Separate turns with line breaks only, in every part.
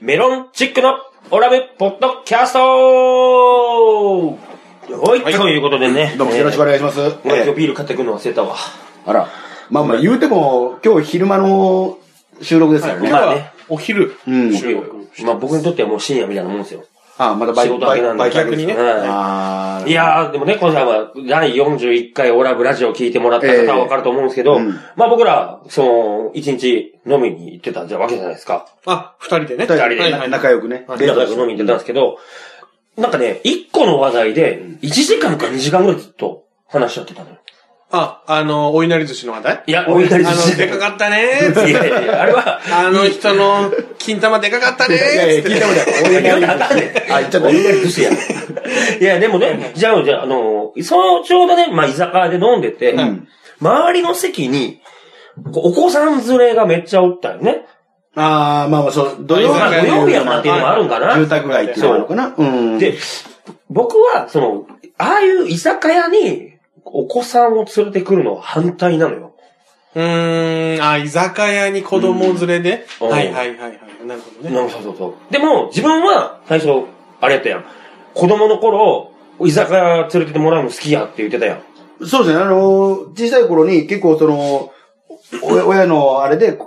メロンチックのオラブポッドキャストはい、
はい
ということでね。
どうもよろしくお願いします。
えー俺今日
え
ビール買ってくるの忘れたわ。
えあら、まあまあ言うても、今日昼間の収録ですからね。
まあね。
お昼、
うん。
収録
まあ僕にとってはもう深夜みたいなもんですよ。
あ、またバイ
仕
ト
事明けなんで。
バイバイ逆にね
は
あ
いいやー、でもね、今回は第41回オラブラジオ聞いてもらった方はわかると思うんですけど、
ええうん
まあ僕ら、その、一日飲みに行ってたじゃわけじゃないですか。
あ、二人でね。
二人
で
はいはい
ー、仲良くね。
で、仲良く飲みに行ってたんですけど、なんかね、一個の話題で、1時間か2時間ぐらいずっと話しちゃってたのよ。
あ、あの、お稲荷寿司の話題
いや、おいな
あ
り寿司
の、でかかったねー。
いやいやいやあれは、
あの人の金玉でかかったね
いやいや、
ー
聞いたこと
いや
ない。
いやあかんねん
あ、言っちゃった。
いなり寿司や。いや、でもね、じゃあ、じゃあ、あの、そのちょうどね、まあ、居酒屋で飲んでて、
ん
周りの席に、こうお子さん連れがめっちゃおったよね。
あー、まあまあそう、土曜日
まあ
が
土曜日やなっていうのもあるんかな。
住宅街っていうのがあるのかな。うん。
で、僕は、その、ああいう居酒屋に、お子さんを連れてくるのは反対なのよ。
うーん、あ、居酒屋に子供連れで。
うん
はいはいはいはい。なるほどね。
うんそうそうそう。でも、自分は、最初、あれやったやん。子供の頃、居酒屋連れてってもらうの好きやって言ってたやん。
そうですね、あのー、小さい頃に結構その、お親のあれで、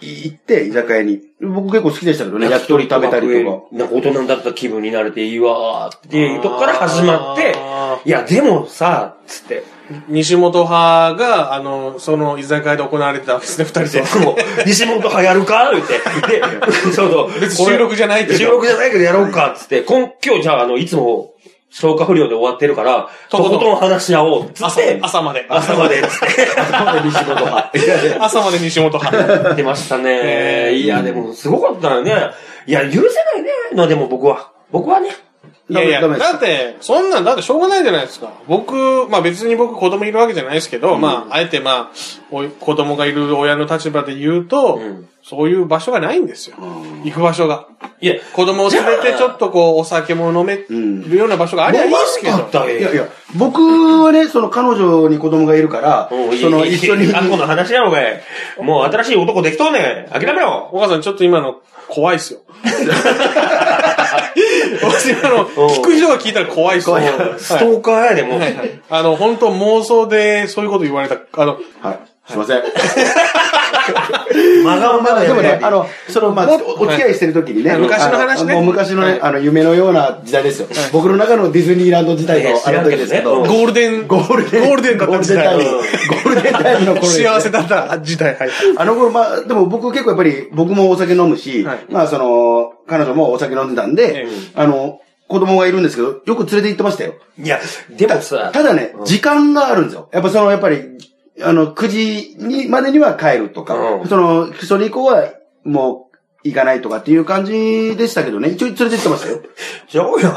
い行って、居酒屋に。僕結構好きでしたけどね、焼き鳥食べたりとか。
なんか大人になった気分になれていいわーっていうとこから始まって
あ、
いや、でもさ、つって。
西本派が、あの、その居酒屋で行われてたわけですね、二人で。
そう西本派やるか言って。 で、そうそう。
別に収録じゃないけど
収録じゃないけどやろうかっつって、今今日じゃあ、あの、いつも、消化不良で終わってるから、と
と
こ
こ
と
ん
とん話し合おう。つっ
朝
て、、
朝まで。
朝まで、つって。
まだ西本派。いやいや
朝まで西本派。
出ましたね。
え
いや、でも、すごかったよね。いや、許せないね。の、でも僕は。僕はね。
いやいや、
ダメです
だって、そんなん、だってしょうがないじゃないですか。僕、まあ別に僕子供いるわけじゃないですけど、まあ、あえてまあ、おい子供がいる親の立場で言うと、
ん
そういう場所がないんですよ。行く場所が。
いや、
子供を連れ
じゃ
て
あ
ちょっとこう、お酒も飲めるような場所がありゃいいですけ
あ
ど
っ。たらええ
いやいや、僕はね、その彼女に子供がいるから、
もういい
その一緒に、
あ、この話やろ、お前。もう新しい男できとうねん。諦めろ。
お母さん、ちょっと今の怖いっす よ。私今の、聞く人が聞いたら怖いっすよ。はい
ストーカーやで、もう。
あの、本当妄想でそういうこと言われた、あの、
はい。すいません。
真顔
まあ、でもね、あ
あの、
の、その、まあ、おお付き合いしてる時にね。
はい昔の話ね
あもう昔のね、あの、夢のような時代ですよ。僕の中のディズニーランド時代の
いや知
あ
ら
の
んけど
時
ね
で
う
すけど
ん。
ゴールデン、
ゴールデン、
ゴールデンだった時代
ゴールデンタイム。ゴールデンタイムの頃ですね
幸せだった時代、はい。
あの頃、まあ、でも僕結構やっぱり、僕もお酒飲むし、
はい
まあ、その、彼女もお酒飲んでたんで
え、
あの、子供がいるんですけど、よく連れて行ってましたよ。
いや、でもさ、
ただね、時間があるんですよ。やっぱその、やっぱり、あの、9時に、までには帰るとか、
うん
その、それ以降は、もう、行かないとかっていう感じでしたけどね、一応連れて行ってましたよ。
ちゃうやん。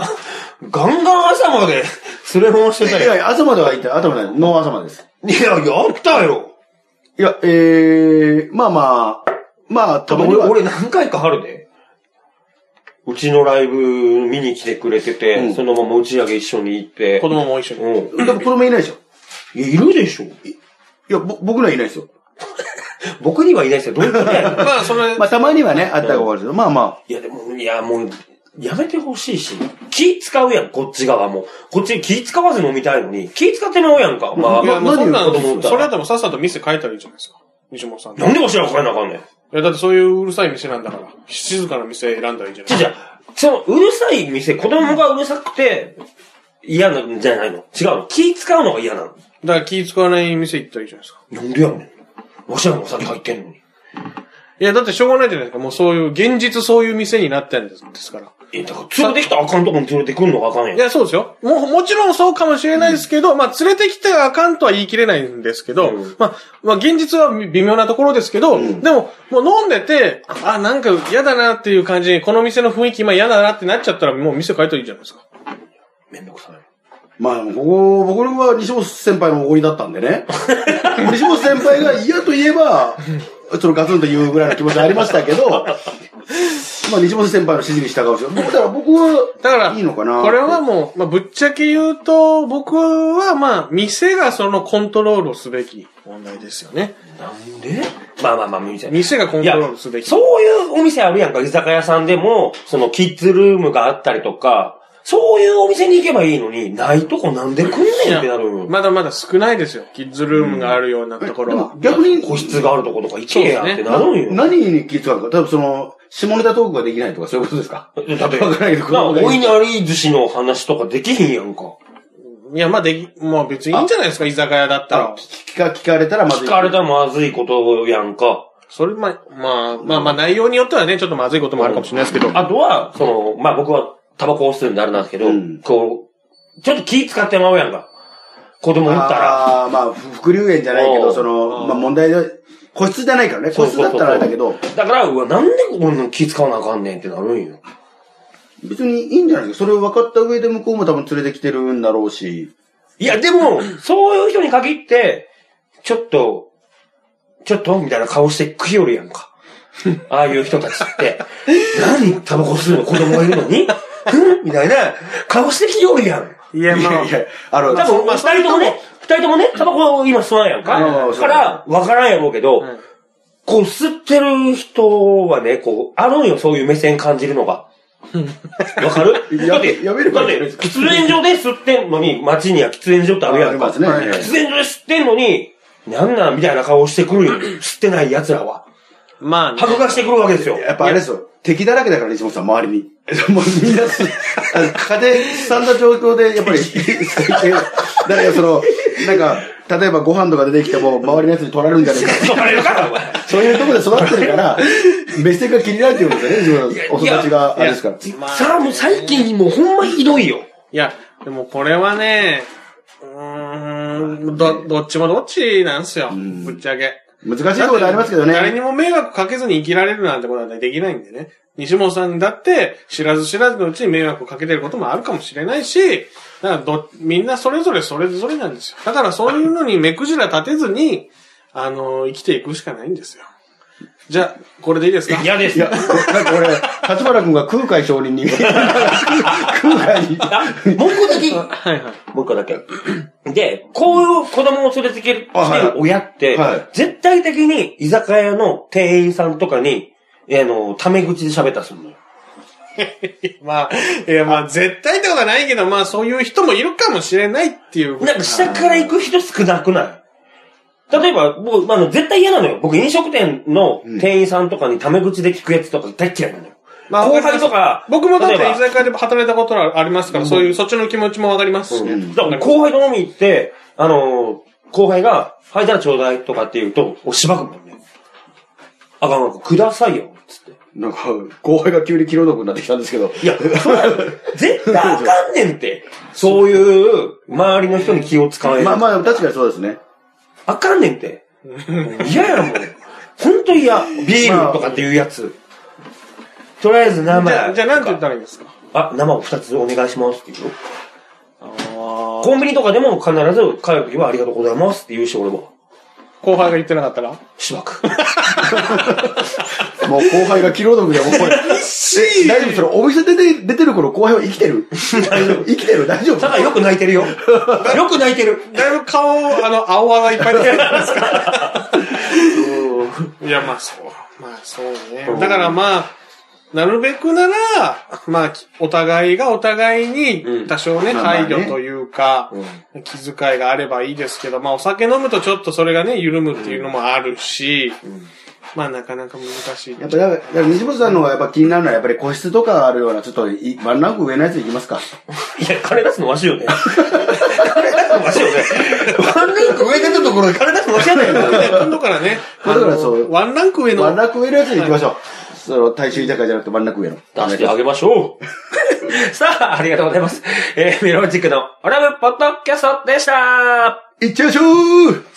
ガンガン朝まで、 連れ回して
い
た
や
よ。
いや、朝までは行って、朝までない、ノー朝までです。
いや、やったよ。
いや、えー、まあまあ、まあ、たまに
俺、
は。
俺何回かあるで。うちのライブ見に来てくれてて、
うん
そのまま打ち上げ一緒に行って。
子供も一緒に。
うん。
でも子供いないでしょ。
いや、いるでしょ。
いや、ぼ僕のはいないですよ。
僕にはいないですよ。どういうことやねん
まあ、その、
まあ、たまにはね、あったかもしれない。まあま
いや、でも、いや、もう、やめてほしいし、気使うやん、こっち側も。こっち気使わず飲みたいのに、気使って飲むやんか、まあ
い。や、もうそんな
何言うの
の、それだったらさっさと店変えたらいいじゃないですか。西本さん。い
なんでわしらが帰んなあかんねん。
や、だってそういううるさい店なんだから。静かな店選んだらいいじゃ
じ
な
ゃ
い
じゃその、うるさい店、子供がうるさくて、嫌なんじゃないの違うの気使うのが嫌なの。
だから気使わない店行ったらいいじゃないですか。
なんでやねん。わしらのお酒入ってんのに。
いや、だってしょうがないじゃないですか。もうそういう、現実そういう店になってんですですから。
え、だから、連れてきたらあかんとこに連れてくんのがあかんや
い
ん。
や、そうですよ。もう、もちろんそうかもしれないですけど、まあ、連れてきてあかんとは言い切れないんですけど、
うん
まあ、まあ、現実は微妙なところですけど、でも、もう飲んでて、あ、なんか嫌だなっていう感じに、この店の雰囲気今嫌だなってなっちゃったら、もう店変えたらいいじゃないですか。
めんどくさい。
あ。まあ、ここ、僕は西本先輩のおごりだったんでね。 西本先輩が嫌と言えば、そのガツンと言うぐらいの気持ちありましたけど、まあ、西本先輩の指示に従うし、僕だから僕は、
だから、
いいのかな
これはもう、まあ、ぶっちゃけ言うと、僕はまあ、店がそのコントロールをすべき。問題ですよね。
なんでまあまあまあ、みたいな。
店がコン
い
ト
や
ロールすべき。
そういうお店あるやんか、居酒屋さんでも、そのキッズルームがあったりとか、そういうお店に行けばいいのに、ないとこなんで来んねんってなるよ。
まだまだ少ないですよ。キッズルームがあるようなところは。
えでも逆に
個室があるとことか行けやんってな
な
るんよ。
何に気使うのか例えばその、下ネタトークができないとかそういうことですか
だって、
わ
な
からないけど子供がいる
おいなり寿司の話とかできひんやんか。
いや、まあでき、まあ別にいいんじゃないですか、居酒屋だった
あ
ら。
聞か、聞かれたらまずい。
聞かれたらまずいことやんか。
それ、まあ、まあ、まあまあ内容によってはね、ちょっとまずいこともあるかもしれないですけど。
あとは、その、まあ、僕はタバコを吸うのであれなんですけど、
うん
こう、ちょっと気使ってまうやんか。子供おったら。
ああ、まあ、ふ副流煙じゃないけ
お
ど、
う
その、
うん
まあ問題で、個室じゃないからね。
そう
個
そう
室
そう
だったらあれだけど、
だから、うわ、なんでこんなの気使わなあかんねんってなるんよ。
別にいいんじゃないですか。それを分かった上で向こうも多分連れてきてるんだろうし。
いや、でも、そういう人に限って、ちょっと、ちょっとみたいな顔してくよるやん か。ああいう人たちって、何タバコ吸うの子供がいるのにうんみたいな顔してきよるやん。
いや、まあ、
いや、あの、
多分、まあ、二人ともね、二人ともね、タバコを今吸わんやんか。
うんうんうん
だから、わからんやろうけど、
うん
こう、吸ってる人はね、こう、あるんよ、そういう目線感じるのが。わかる
や
だって、
やめれば
だっ
いい
て、喫煙所で吸ってんのに、街には喫煙所ってあるや
あり
ん
ま
か。
すね。
はい
喫煙所で吸ってんのに、なんなんみたいな顔してく るよ。吸ってない奴らは。
まあね、
恥ずかしてくるわけですよ。
やっぱあれですよ。敵だらけだから、西本さん、周りに。もうみんな、あの風邪さんだ状況で、やっぱり、 だからその、なんか、例えばご飯とか出てきても、周りのやつに取られるんじゃないか。
取られる から、お前。
そういうところで育ってるから、目線が気になるっていうんですよね、自分のお
いや
育ちが、あれですから。
まあ
さあ、もう最近もうほんまひどいよ。
いや、でもこれはね、うーん、ど、どっちもどっちなんすよ。
ん
ぶっちゃけ。
難しいところでありますけど
誰に
ね。
も迷惑かけずに生きられるなんてことはできないんでね。西本さんだって、知らず知らずのうちに迷惑をかけてることもあるかもしれないし、だからど、みんなそれぞれそれぞれなんですよ。だからそういうのに目くじら立てずに、あの、生きていくしかないんですよ。じゃあ、これでいいですか
嫌です
いや、
よ。
なんか俺、立花君が空海証人に、 空海に、
あ、もう一個だけ。
はいはい。
もう一個だけ。で、こういう子供を連れてきてる
あはい
親って、
はい
絶対的に居酒屋の店員さんとかに、あの、タメ口で喋ったりするのよ。
まあ、いやまあ、絶対ってことはないけど、まあそういう人もいるかもしれないっていう。
なんか下から行く人少なくない例えば、もう、あの、絶対嫌なのよ。僕、飲食店の店員さんとかにタメ口で聞くやつとか大っ嫌いなのよ。
まあ
後輩とか、
僕もだって居
例えば
酒屋で働いたことはありますから、そういう、そっちの気持ちもわかりますしね。
だから後輩と飲み行って、あのー後輩が、はい、たらちょうだいとかって言うと、おしばくもんね。あかんあかん、くださいよ、つって。
なんか、後輩が急に気の毒になってきたんですけど。
いや、そうなの絶対あかんねんって。そういう、周りの人に気を使える。
まあまあ、確かにそうですね。
あかんねんって。嫌やもん。ほんと嫌。ビールとかっていうやつ。とりあえず
じ
生。
ゃあ、じゃあなんて言ったらいいんですか
あ、生を二つお願いしますって言うよ。
後
コンビニとかでも必ず帰るときはありがとうございますって言うし、俺も。
輩が言ってなかったら
しばく。
もう後輩が気の毒で、もうこれ。 え大丈夫それ、お店出て、出てる頃後輩は生きて る大丈夫生きてる大丈夫
ただよく泣いてるよ。よく泣いてる。
だいぶ顔、あの、青泡がいっぱい出てるんですかいや、まあそう。まあそうね。だからまあ、なるべくなら、まあ、お互いがお互いに、多少ね、
うん
配慮というか、気遣いがあればいいですけど、まあお酒飲むとちょっとそれがね、緩むっていうのもあるし、まあなかなか難しい。
やっぱだから、だから西本さんの方がやっぱ気になるのは、やっぱり個室とかあるような、ちょっとい、ワンランク上のやついきますか。
いや、金出すのわしよね。金出すのわしよね。ワンランク上出たところで金出すのわしやないの
今度からね、
だからそう
あのワンランク上の
ワンランク上のやつに行きましょう。 その、大衆居酒屋じゃなくてワンランク上の。
出してあげましょう。 さあ、ありがとうございます。えー、メロンチックのオラブポッドキャストでした
いっちゃいましょう